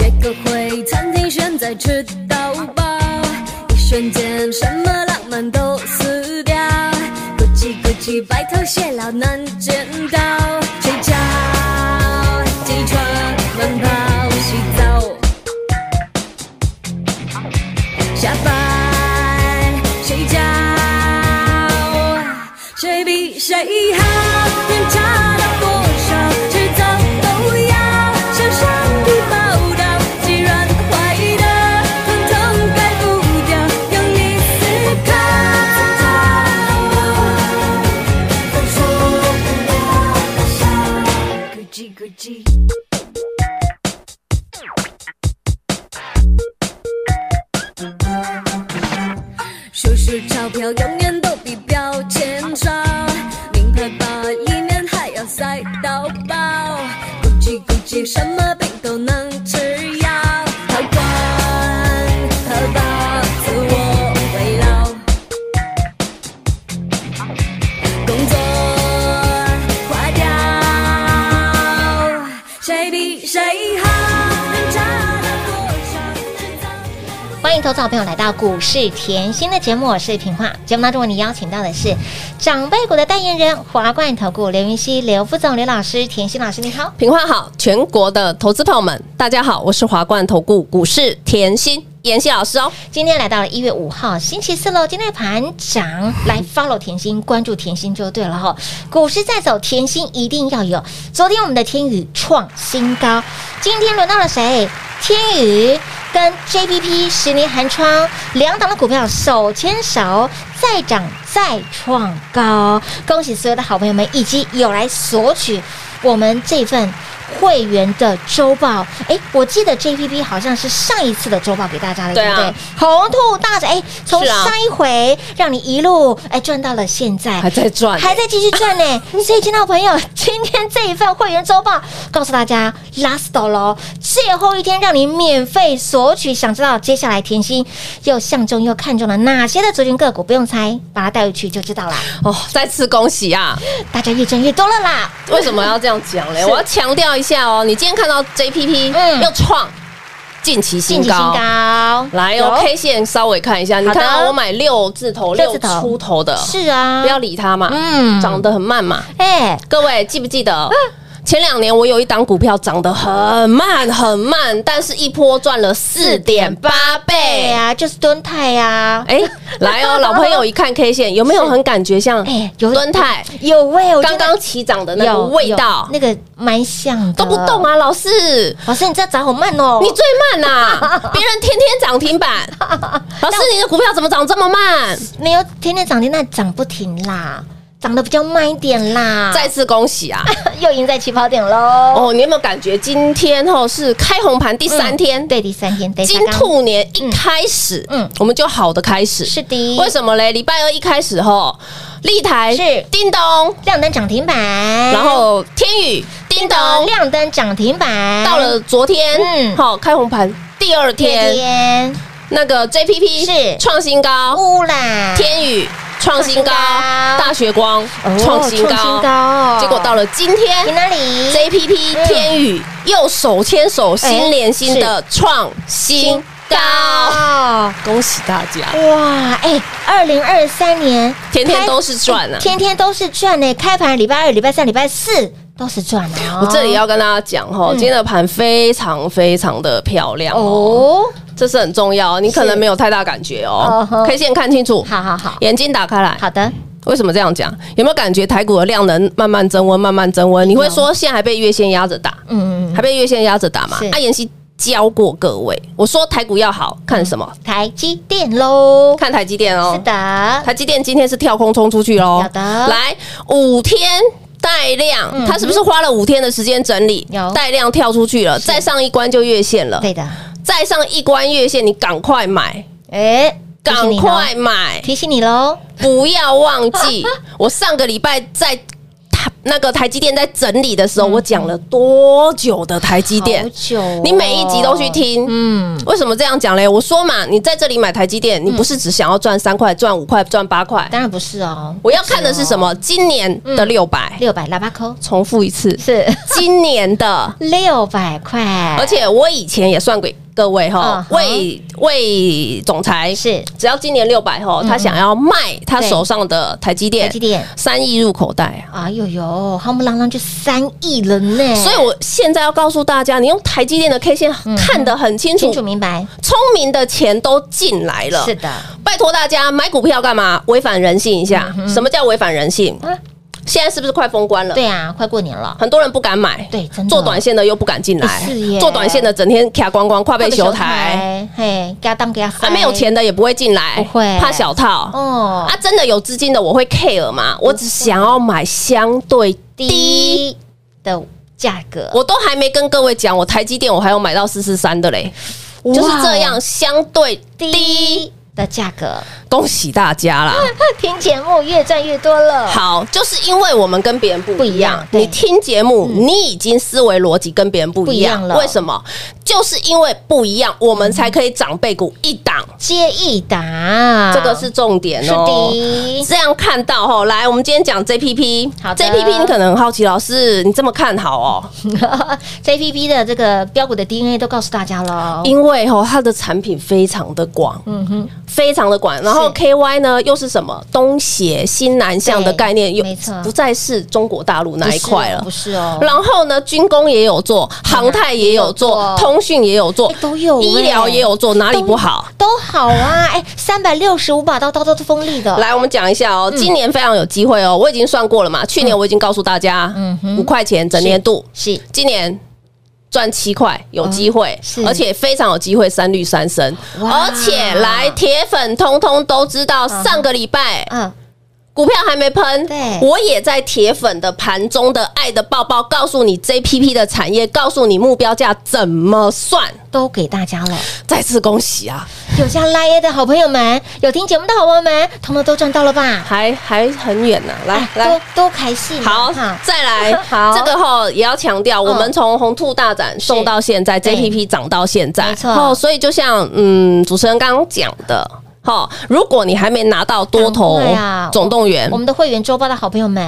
约个会，餐厅选在吃到饱，一瞬间什么浪漫都死掉。鼓起鼓起白头偕老难见到，睡觉、起床、慢跑、洗澡。下班睡觉，谁比谁好？天差到多少，迟早都要向上帝报道。既然坏的统统改不掉，用力思考。放手不要太少，咕叽咕叽。数数钞票永远都比标签少，名牌包里面还要塞到爆，估计估计什么病都能吃药，陶罐喝到自我慰劳，工作花掉，谁比谁好，能差到多少？制造欢迎投资好朋友来到股市甜心的节目，我是平化。节目当中，为你邀请到的是长辈股的代言人华冠投顾刘云熙、刘副总、刘老师、甜心老师，你好。平话好，全国的投资朋友们，大家好，我是华冠投顾股市甜心妍希老师哦。今天来到了一月五号星期四喽，今天的盘涨，来 follow 甜心，关注甜心就对了哈。股市在走，甜心一定要有。昨天我们的天宇创新高，今天轮到了谁？天宇跟 JBP 十年寒窗两档的股票手牵手再涨再创高，恭喜所有的好朋友们以及有来索取我们这份。会员的周报，哎，我记得 JPP 好像是上一次的周报给大家了，对啊不对？红兔大展，哎，从是啊上一回让你一路哎赚到了现在，还在赚还在继续赚呢、 所以，亲爱的朋友，今天这一份会员周报告诉大家，last 喽，最后一天让你免费索取。想知道接下来甜心又相中又看中了哪些的族群个股，不用猜，把它带回去就知道啦。哦，再次恭喜啊！大家越赚越多了啦。为什么要这样讲嘞？我要强调一下哦，你今天看到 JPP 嗯又创近期晋新级新高。高，来有哦，K 线稍微看一下，你好的看到我买六字头、六字六头出头的，是啊，不要理它嘛，嗯涨得很慢嘛。哎、各位记不记得？前两年我有一档股票涨得很慢很慢，但是一波赚了四点八对倍。呀、就是蹲啊泰呀、哎，来哦，老朋友一看 K 线，有没有很感觉像哎有蹲泰有喂、我觉刚得刚起涨的那个有味有道？那个哦蛮像的，都不动。啊，老师，老师，你这涨好慢哦！你最慢呐、 别人天天涨停板，老师你的股票怎么涨这么慢？没有天天涨停，那涨不停啦，涨得比较慢一点啦，再次恭喜啊！ 又赢在起跑点嗯喽。哦，你有没有感觉今天哦是开红盘第三天？嗯对，第三天，对，金刚兔年一开始，嗯嗯嗯，我们就好的开始。是的，为什么嘞？礼拜二一开始吼，立台是嗯叮咚，亮灯涨停板，然后天宇叮咚，亮灯涨停板，到了昨天，嗯好开红盘第二第二天，天，那个 JPP 是创新高，乌啦，天宇创新高，创新高大学光哦创新创新高，高，结果到了今你天哪里？嗯哎，JPP 天宇又手牵手心连心的创新高，哦恭喜大家！哇，哎，二零二三年天天开哎都是赚啊天天都是赚呢。开盘礼拜二、礼拜三、礼拜四都是赚哦。我这里要跟大家讲哈，嗯今天的盘非常非常的漂亮哦，哦，这是很重要，你可是能没有太大感觉哦哦呵。 K 线看清楚，好好好，眼睛打开来。好的，为什么这样讲？有没有感觉台股的量能慢慢增温，慢慢增温？你会说现在还被月线压着打，嗯，还被月线压着打嘛是？阿妍希教过各位，我说台股要好看什么？台积电喽，看台积电哦是。的，台积电今天是跳空冲出去喽有。的来五天带量，它是不是花了五天的时间整理嗯有？带量跳出去了，再上一关就越线了，对的，再上一关越线，你赶快买，哎，提醒赶你咯快买，提醒你喽，不要忘 记，我上个礼拜在台那个台积电在整理的时候，我讲了多久的台积好电？久哦你每一集都去，听，嗯，为什么这样讲嘞？我说嘛，你在这里买台积电，你不是只想要赚三块、赚五块、赚八块，当然不是哦，我要看的是什么？嗯今年的六百，六百喇叭扣重复 一次，是今年的。六百块，而且我以前也算给各位哈嗯，哼魏魏总裁是嗯只要今年六百后，他想要卖他手上的台积电，台积电三亿入口袋啊。哎呦呦，浩木浪浪就三亿了呢，所以我现在要告诉大家，你用台积电的 K 线看得很清楚嗯清，楚明白，聪明的钱都进来了。是的，拜托大家买股票干嘛？违反人性一下。什么叫违反人性啊？现在是不是快封关了？嗯对啊，快过年了，很多人不敢买，对真的做短线的又不敢进来是耶，做短线的整天卡光光，快被修台。，嘿，给他当给他啊，塞没有钱的也不会进来，哎不会怕小套。哦啊，，真的有资金的我会 care 吗？我只想要买相对低。低的价格，我都还没跟各位讲，我台积电我还有买到四四三的嘞，就是这样相对低。低的价格， 恭喜大家啦！听节目越赚越多了，好，就是因为我们跟别人不不一一样样，对嗯你听节目，你已经思维逻辑跟别人不一不样一样了为什么？就是因为不一样，我们才可以长辈股一档，接一打，这个是重点嗯是哦。 的，这样看到吼，来，我们今天讲 JPP，好的，JPP 你可能很好奇，老师你这么看好哦？ JPP 的这个标股的 DNA 都告诉大家了，因为吼它的产品非常的广，嗯哼，非常的广。然后是 KY 呢又是什么东协新南向的概念，对又没错不再是中国大陆那一块了不。是哦，不是哦啊然后呢，军工也有做，航太也有做嗯，通讯也有做哎，都有医疗哎也有做，哪里不好？都好啊，哎，三百六十五把刀，刀都是锋利的，来，我们讲一下嗯哦，今年非常有机会哦，我已经算过了嘛，去年我已经告诉大家嗯哼，五块钱整年度，是嗯今年赚七块有机会是，而且非常有机会三绿三升，哇而且来铁粉通通都知道，上个礼拜嗯，股票还没喷，对我也在铁粉的盘中的爱的抱抱，告诉你 JPP 的产业，告诉你目标价怎么算。都给大家了。再次恭喜啊！有加 Line 的好朋友们，有听节目的好朋友们，通通都赚到了吧？还还很远呢、来哎来。都都开心。好哈，再来，嗯 好嗯这个吼也要强调，我们从红兔大展送到现在对，JPP 涨到现在，没错吼所以就像嗯主持人刚刚讲的，吼，如果你还没拿到多头赶快啊总动员我，们的会员周报的好朋友们，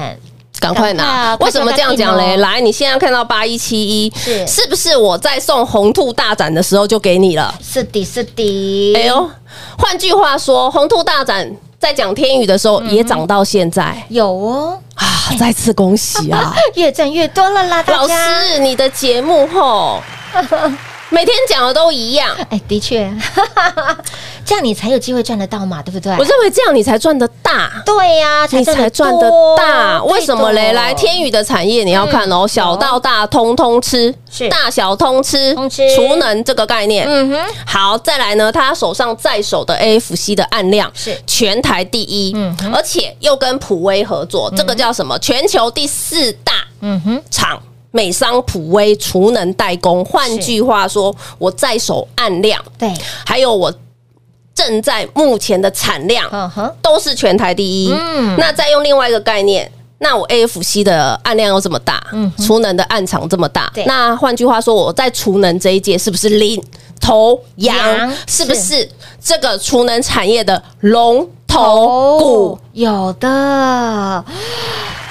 赶赶快快拿啊！为什么这样讲快嘞？收来，你现在看到八一七一，是是不是我在送红兔大展的时候就给你了？是的，是的。哎呦，换句话说，红兔大展在讲天宇的时嗯候也涨到现在有哦，啊！再次恭喜啊！越赚越多了啦， 大老家。师，你的节目吼， 每天讲的都一样，哎，的确， 这样你才有机会赚得到嘛，对不对？我认为这样你才赚得大。对呀、你才赚得多大，为什么嘞？对的嗯来，天宇的产业你要看哦，小到大通通吃是，大小通吃通吃，储能这个概念。嗯哼，好，再来呢，他手上在手的 AFC 的案量是全台第一，嗯而且又跟普威合作，这个叫什么？全球第四大嗯哼，厂。美商普威储能代工，换句话说，我在手案量，对，还有我正在目前的产量，嗯哼，都是全台第一。嗯那再用另外一个概念，那我 AFC 的案量又这么大，储能的案场这么大嗯对，那换句话说，我在储能这一界是不是领头羊？羊是不是这个储能产业的龙头哦股？有的。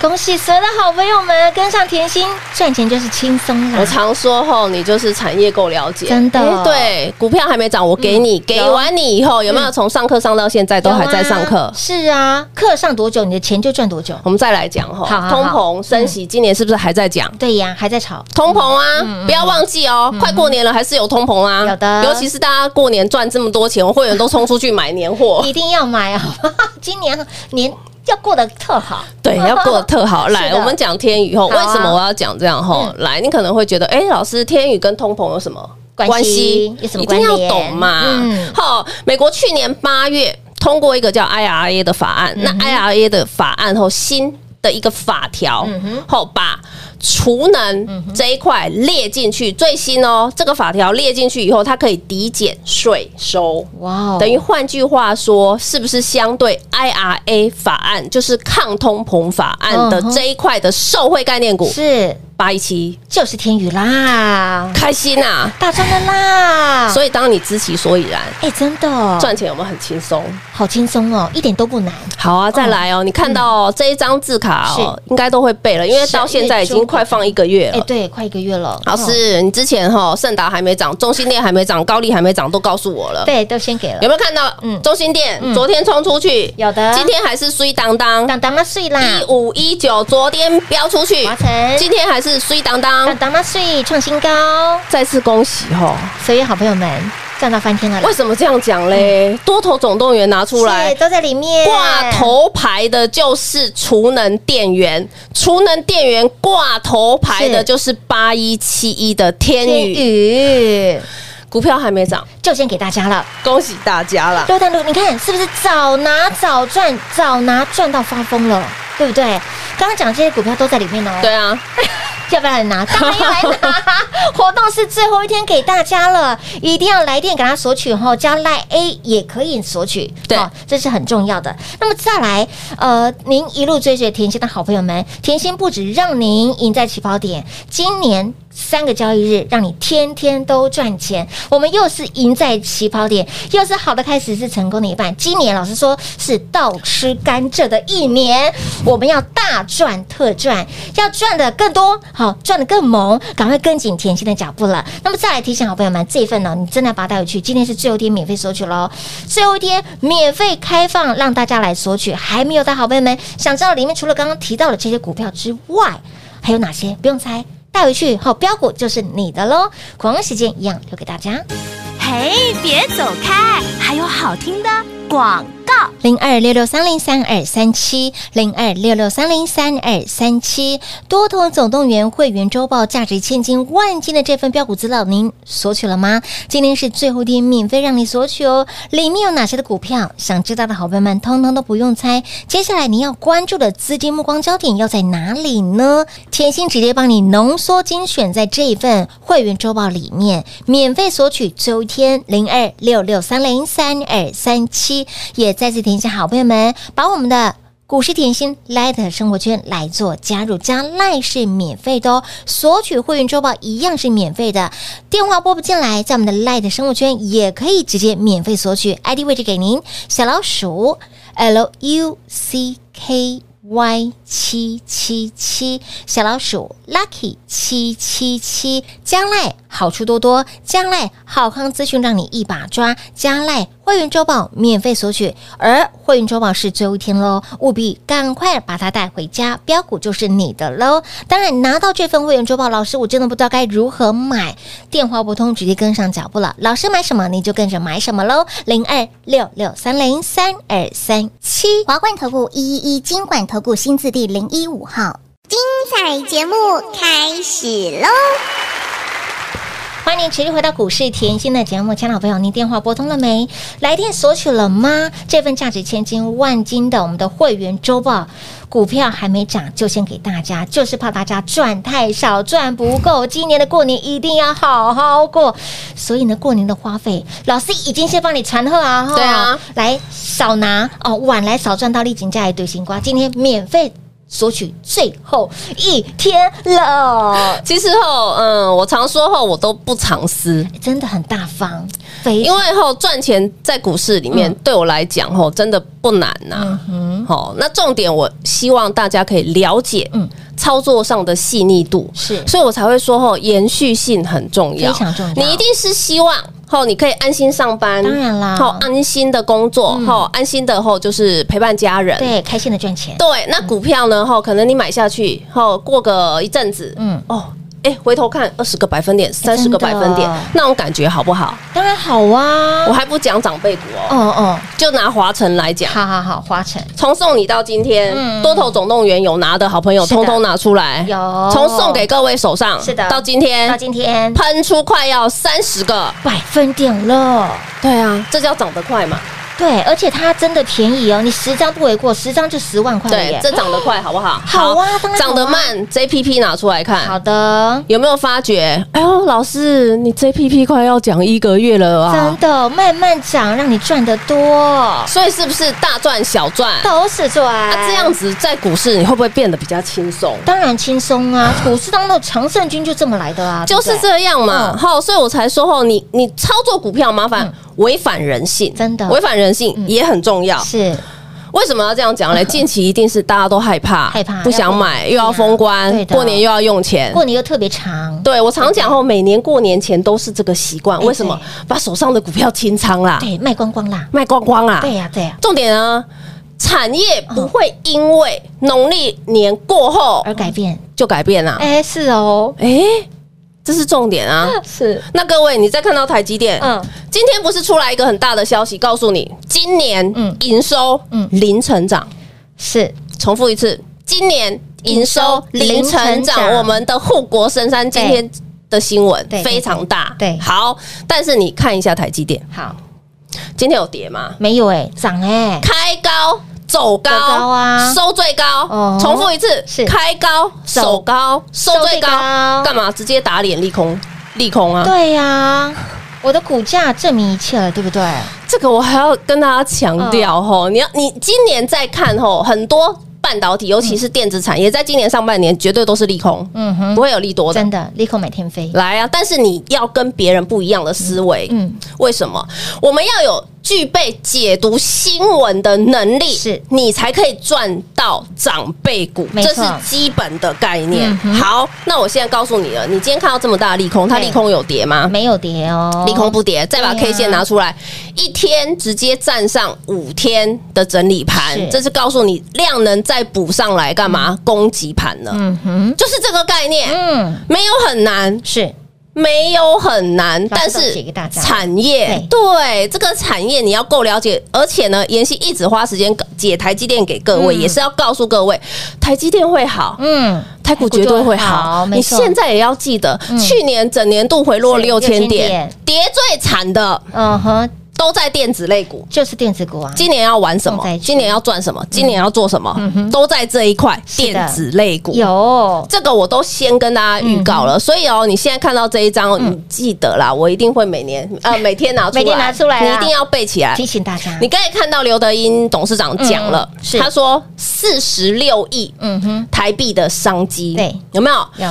恭喜所有的好朋友们跟上甜心，赚钱就是轻松啦我。常说吼，你就是产业够了解，真的嗯诶对，股票还没涨，我给你，给完你以后，有没有从上课上到现在都还在上有课啊？是啊，课上多久，你的钱就赚多久。我们再来讲吼，好好嗯通好膨升息，今年是不是还在讲？对呀，还在吵。通膨嗯啊，不要忘记哦，快过年了还是有通膨啊。有的尤其是大家过年赚这么多钱，我会员都冲出去买年货。一定要买啊！ 今年年要过得特好，对，要过得特好。是的来，我们讲天宇后，好为啊嗯什么我要讲这样后？来，你可能会觉得，哎，老师，天宇跟通膨有什么关系有什么一定要关联懂嘛嗯。好，美国嗯去年八月通过一个叫 IRA 的法案，那 IRA 的法案后新。的一个法条嗯哼，嗯后把储能这一块列进去。最新哦，这个法条列进去以后，它可以抵减税收。哇哦，等于换句话说，是不是相对 IRA 法案，就是抗通膨法案的嗯哼这一块的受惠概念股是八一七就是天宇啦，开心呐、大赚的啦，所以当你知其所以然，哎、真的哦赚钱有没有很轻松？好轻松哦，一点都不难，好嗯啊，再来哦！你看到这一张字卡哦，应该都会背了，因为到现在已经快放一个月哎、了。对，快一个月了，老哦师，你之前哈盛达还没涨，中心店还没涨，高丽还没涨，都告诉我了。哦对，都先给了有，没有看到？嗯中心店嗯昨天冲出去，有的今天还是衰当当，当当妈碎啦，一五一九，昨天飙出去华，晨，今天还是衰当当当，当妈碎创新高，再次恭喜哈！所以好朋友们赚到翻天了啦，为什么这样讲嘞？多头总动员拿出嗯来是，都在里面挂头牌的就是储能电源，储能电源挂头牌的是就是八一七一的天天宇，宇股票还没涨，就先给大家了。恭喜大家啦！六单路，你看是不是早拿早赚，早拿赚到发疯了，对不对？刚刚讲的这些股票都在里面哦。对啊，要不要来拿？当然要来 拿！活动是最后一天给大家了，一定要来电给他索取哈，加赖 A 也可以索取，对哦这是很重要的。那么再来，呃，您一路追随甜心的好朋友们，甜心不止让您赢在起跑点，今年。三个交易日让你天天都赚钱，我们又是赢在起跑点，又是好的开始，是成功的一半。今年老师说是倒吃甘蔗的一年，我们要大赚特赚，要赚的更多，好赚的更猛，赶快跟紧甜心的脚步了。那么再来提醒好朋友们，这一份呢，你真的要把它带回去，今天是最后一天免费索取喽，最后一天免费开放让大家来索取，还没有的好朋友们，想知道里面除了刚刚提到的这些股票之外，还有哪些？不用猜。带回去后，标股就是你的喽！广告时间一样留给大家。嘿，别走开，还有好听的广告。零二六六三零三二三七，零二六六三零三二三七。多头总动员会员周报价值千金万金的这份标股资料，您索取了吗？今天是最后一天，免费让你索取哦。里面有哪些的股票？想知道的好朋友们，通通都不用猜。接下来您要关注的资金目光焦点要在哪里呢？甜心直接帮你浓缩精选在这一份会员周报里面，免费索取最后一天零二六六三零三二三七，也再次提醒好朋友们，把我们的。股市甜心 Light 生活圈来做加入，加 Light 是免费的哦，索取会员周报一样是免费的。电话拨不进来，在我们的 Light 生活圈也可以直接免费索取，ID 位置给您，小老鼠 L U C K。Y 七七七小老鼠 Lucky 七七七，将来好处多多，将来好康资讯让你一把抓，将来会员周报免费索取，而会员周报是最后一天喽，务必赶快把它带回家，标股就是你的喽。当然拿到这份会员周报，老师我真的不知道该如何买，电话拨通直接跟上脚步了，老师买什么你就跟着买什么喽，零二六六三零三二三七。华冠投顾一一一金管投顾新字第零一五号，精彩节目开始喽！欢迎您持续回到股市甜心的节目，亲爱的朋友，您电话拨通了没？来电索取了吗？这份价值千金万金的我们的会员周报，股票还没涨，就先给大家，就是怕大家赚太少，赚不够。今年的过年一定要好好过，所以呢，过年的花费，老师已经先帮你传贺啊，哈对啊，来少拿哦，晚来少赚到立井家一堆新瓜，今天免费索取最后一天 了，其实吼，嗯，我常说吼，我都不藏私，真的很大方，非因为吼赚钱在股市里面、对我来讲吼真的不难啊呐、嗯，好、那重点我希望大家可以了解，嗯操作上的细腻度是所以我才会说吼，延续性很重要，非常重要你一定是希望吼，你可以安心上班，当然啦嗯吼，安心的工作，吼，安心的吼就是陪伴家人，对，开心的赚钱，对，那股票呢？哈，可能你买下去，哈，过个一阵子，嗯嗯，哦，哎，回头看二十个百分点、三十真的个百分点，那种感觉好不好？当然好啊。我还不讲长辈股哦哦，哦，就拿华晨来讲，好好好，花城从送你到今天嗯，多头总动员有拿的好朋友，是的通通拿出来，有从送给各位手上，是的到今到天今天喷出快要三十个，百分点了，对啊，这叫涨得快嘛？对，而且它真的便宜哦，你十张不为过，十张就十万块了对，耶这。涨得快，好不 好？好啊当然好啊涨得慢，JPP 拿出来看，好的，有没有发觉？哎呦，老师，你 JPP 快要讲一个月了啊真！的慢慢涨，让你赚得多，所以是不是大赚小赚？都是赚。啊，这样子在股市你会不会变得比较轻松？当然轻松啊，股市当中的常胜军就这么来的啊，就是对不对嗯这样嘛，好，所以我才说吼，你你操作股票麻烦违反人性，真的嗯违反人性也很重要。是为什么要这 样讲嘞？近期一定是大家都害怕，害怕不想买，又要要封关对，的过年又要用钱。过年又特别长，对我常讲吼，每年过年前都是这个习惯。哎为什么把手上的股票清仓啦，对，卖光光啦，卖光光啦？对呀对呀，重点呢，产业不会因为农历年过后而改变，就改变啦。哎是哦，哎，这是重点啊。是，那各位，你再看到台积电，嗯，今天不是出来一个很大的消息，告诉你今年嗯营收嗯零成长，是重复一次，今年营收营收零零成成长长。我们的护国神山今天的新闻对对非常大，对对好，但是你看一下台积电，好，今天有跌吗？没有哎，涨哎，开高。走高走高啊收最高。哦重复一次，是开高走走高收收最最高，高干嘛直接打脸利空？利空啊！对呀，我的股价证明一切了，对不对？这个我还要跟大家强嗯调吼，你要你今年再看吼，很多半导体，尤其是电子产业，在今年上半年绝对都是利空，嗯不哼，会有利多的真。的立刻满天飞，来啊！但是你要跟别人不一样的思维，嗯，为什么？我们要有具备解读新闻的能力，是你才可以赚到长辈股，没这错是基本的概念嗯。哼好，那我现在告诉你了，你今天看到这么大的利空，它对利空有跌吗？没有跌哦，利空不跌，再把对啊 K 线拿出来，一天直接站上五天的整理盘是，这是告诉你量能再补上来干嘛？攻击盘了，嗯哼，就是这个概念，嗯，没有很难。是没有很难，老但师都是解给大家产业对这个产业你要够了解，而且呢，妍希一直花时间解台积电给各位，也是要告诉各位，台积电会好，嗯，台股绝对会好好。没你错嗯现在也要记得，去年整年度回落是六千6000点点，跌最惨的嗯哼，都在电子类股。就是电子股啊，今年要玩什重灾么？区今年要赚嗯什么？今年要做什么？都在这一块是的电子类股。有嗯这个我都先跟大家预告了，所以哦，你现在看到这一张，你记得啦，我一定会每 年呃每天拿出每来，天拿出来啊你一定要背起来提。醒大家，你刚才看到刘德英董事长讲了嗯，是他说四十六亿嗯哼，台币的商机，对，有没有？有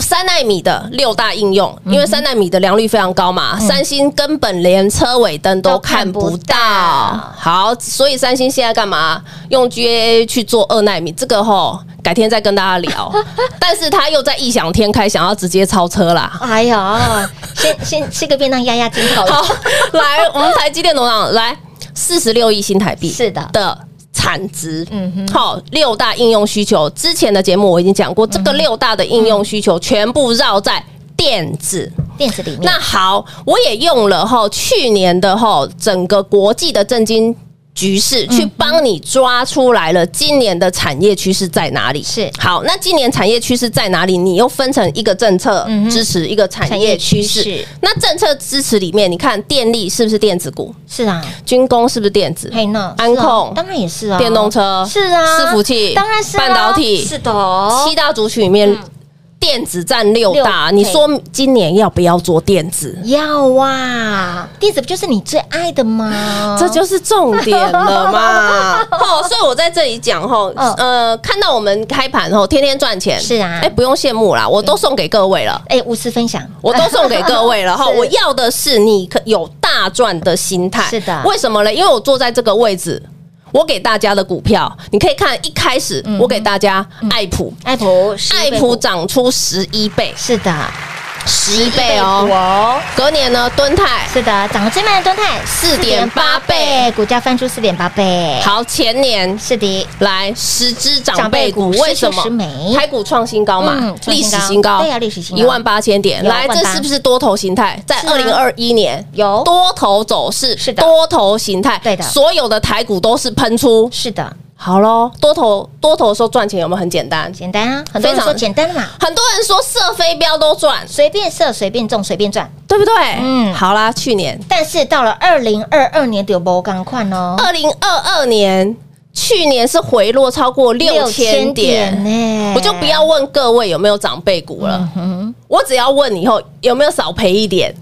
三纳米的六大应用，嗯因为三纳米的良率非常高嘛，三星根本连车尾灯都看不都看不到到。好，所以三星现在干嘛？用 GAA 去做二纳米，这个吼，改天再跟大家 聊。但是他又在异想天开，想要直接超车啦。哎呀，先 先吃个便当压压惊好好了。，来，我们台积电董事长来四十六亿新台币，是的嗯的。产值，好，六大应用需求，之前的节目我已经讲过，嗯这个六大的应用需求全部绕在电子，电子里面，那好，我也用了哈，去年的哈整个国际的震惊局势，去帮你抓出来了今年的产业趋势在哪里。是好，那今年产业趋势在哪里？你又分成一个政策嗯哼支持，一个产业产业趋趋势势。那政策支持里面，你看电力是不是电子股？是啊，军工是不是电子？嘿呢，安是啊控当然也是啊，电动车是啊，伺服器当然是啊半导体是的哦，七大族群里面，电子占六大。嗯六你说今年要不要做电子？要啊，电子不就是你最爱的吗？这就是重点 了嘛。哦，所以我在这里讲吼，嗯呃，看到我们开盘后天天赚钱，是啊哎，不用羡慕啦，我都送给各位了。哎，无私分享，我都送给各位了 哈，是我要的是你可有大赚的心态。是的为什么呢？因为我坐在这个位置，我给大家的股票，你可以看一开始嗯我给大家爱普，爱普，爱普涨出十一倍，是的，十一倍股哦。哦，隔年呢，敦泰是的，涨得最慢的状态4.8倍，股价翻出四点八倍，，好，前年是的，来十只长辈股，长辈股为什十全么十美？台股创新高嘛嗯，创历新史高新高，对啊历史新高一万八千点。有来，万这八是不是多头形态？在是啊二零二一年有多头走势，是的多头形态，对的所有的台股都是喷出。是的，好喽，多头多头的时候赚钱有没有很简单？简单啊，很多人非常说简单嘛，很多人说射飞镖都赚，随便射随便中随便赚。对不对？嗯嗯，好啦，去年但是到了二零二二年就不赶快哦，二零二二年，去年是回落超过六千点。呢我就不要问各位有没有长辈股了，嗯，我只要问以后有没有少赔一 点。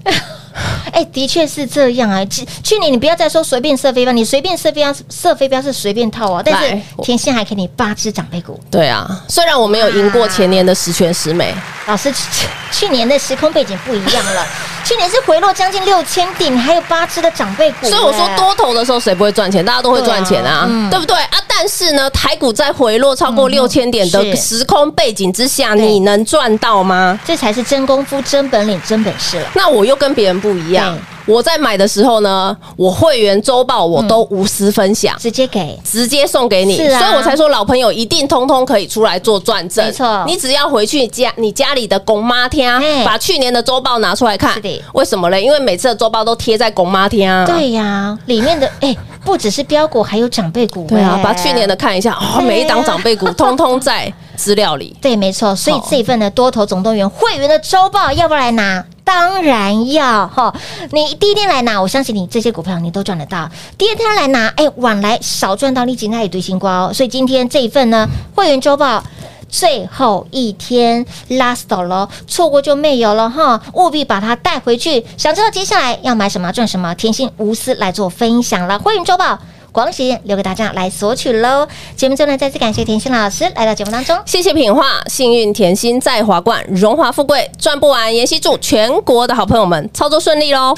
哎、的确是这样啊。去去年你不要再说随便射飞镖，你随便射飞镖，射飞镖是随便套啊。但是来我甜心还给你八只长辈股，对啊，虽然我没有赢过前年的十全十美，老师去去年的时空背景不一样了，去年是回落将近六千点，你还有八只的长辈股、所以我说哎多头的时候谁不会赚钱？大家都会赚钱啊，对啊嗯对不对啊？但是呢，台股在回落超过六千点的是时空背景之下，对你能赚到吗？这才是真功夫、真本领、真本事了。那我又跟别人不一样对，嗯我在买的时候呢，我会员周报我都无私分享。直接给直接送给你，是啊所以我才说老朋友一定通通可以出来做转正。没错你只要回去家你家里的公妈厅啊嘿，把去年的周报拿出来看是的。为什么嘞？因为每次的周报都贴在公妈厅。啊对呀、里面的哎、不只是标股，还有长辈股、对啊哎，把去年的看一下，啊哦，每一档长辈股通通在资料里。对，没错。所以好这一份的多头总动员会员的周报，要不要来拿？当然要哈！你第一天来拿，我相信你这些股票你都赚得到。第二天来拿，哎，晚来少赚到，你今天也堆新瓜哦。所以今天这一份呢，会员周报。最后一天 last 了，错过就没有了哈，务必把它带回去。想知道接下来要买什么赚什么，甜心无私来做分享了。会员周报，广时间留给大家来索取喽。节目最后呢，再次感谢甜心老师来到节目当中。谢谢品画，幸运甜心在华冠，荣华富贵赚不完。妍希祝全国的好朋友们操作顺利喽！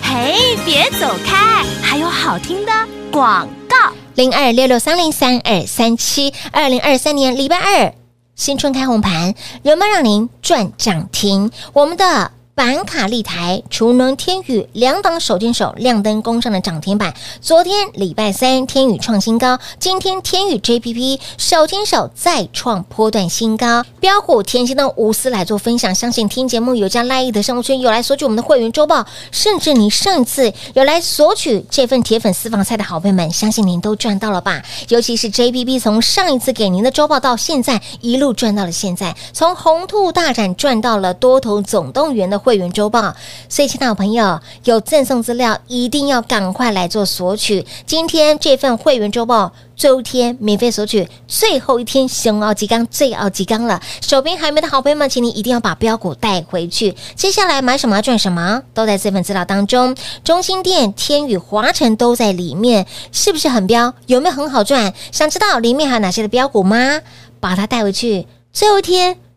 嘿，别走开，还有好听的广告。零二六六三零三二三七，二零二三年礼拜二新春开红盘，有没有让您赚涨停？我们的。板卡立台、储能天宇两档手牵手亮灯攻上了涨停板。昨天礼拜三天宇创新高，今天天宇 JPP 手牵手再创波段新高。标股甜心的无私来做分享，相信听节目有加赖意的生活圈有来索取我们的会员周报，甚至你上一次有来索取这份铁粉私房菜的好朋友们，相信您都赚到了吧？尤其是 JPP 从上一次给您的周报到现在，一路赚到了现在，从红兔大展赚到了多头总动员的会员周报。所以，亲爱的朋友，有赠送资料一定要赶快来做索取。今天这份会员周报。最后一天免费索取，最后一天啊熊奥吉刚最奥吉刚了。手边还没的好朋友们，请你一定要把标股带回去。接下来买什么赚什么，都在这份资料当中。中心店、天宇、华晨都在里面，是不是很标？有没有很好赚？想知道里面还有哪些的标股吗？把它带回去，最后一天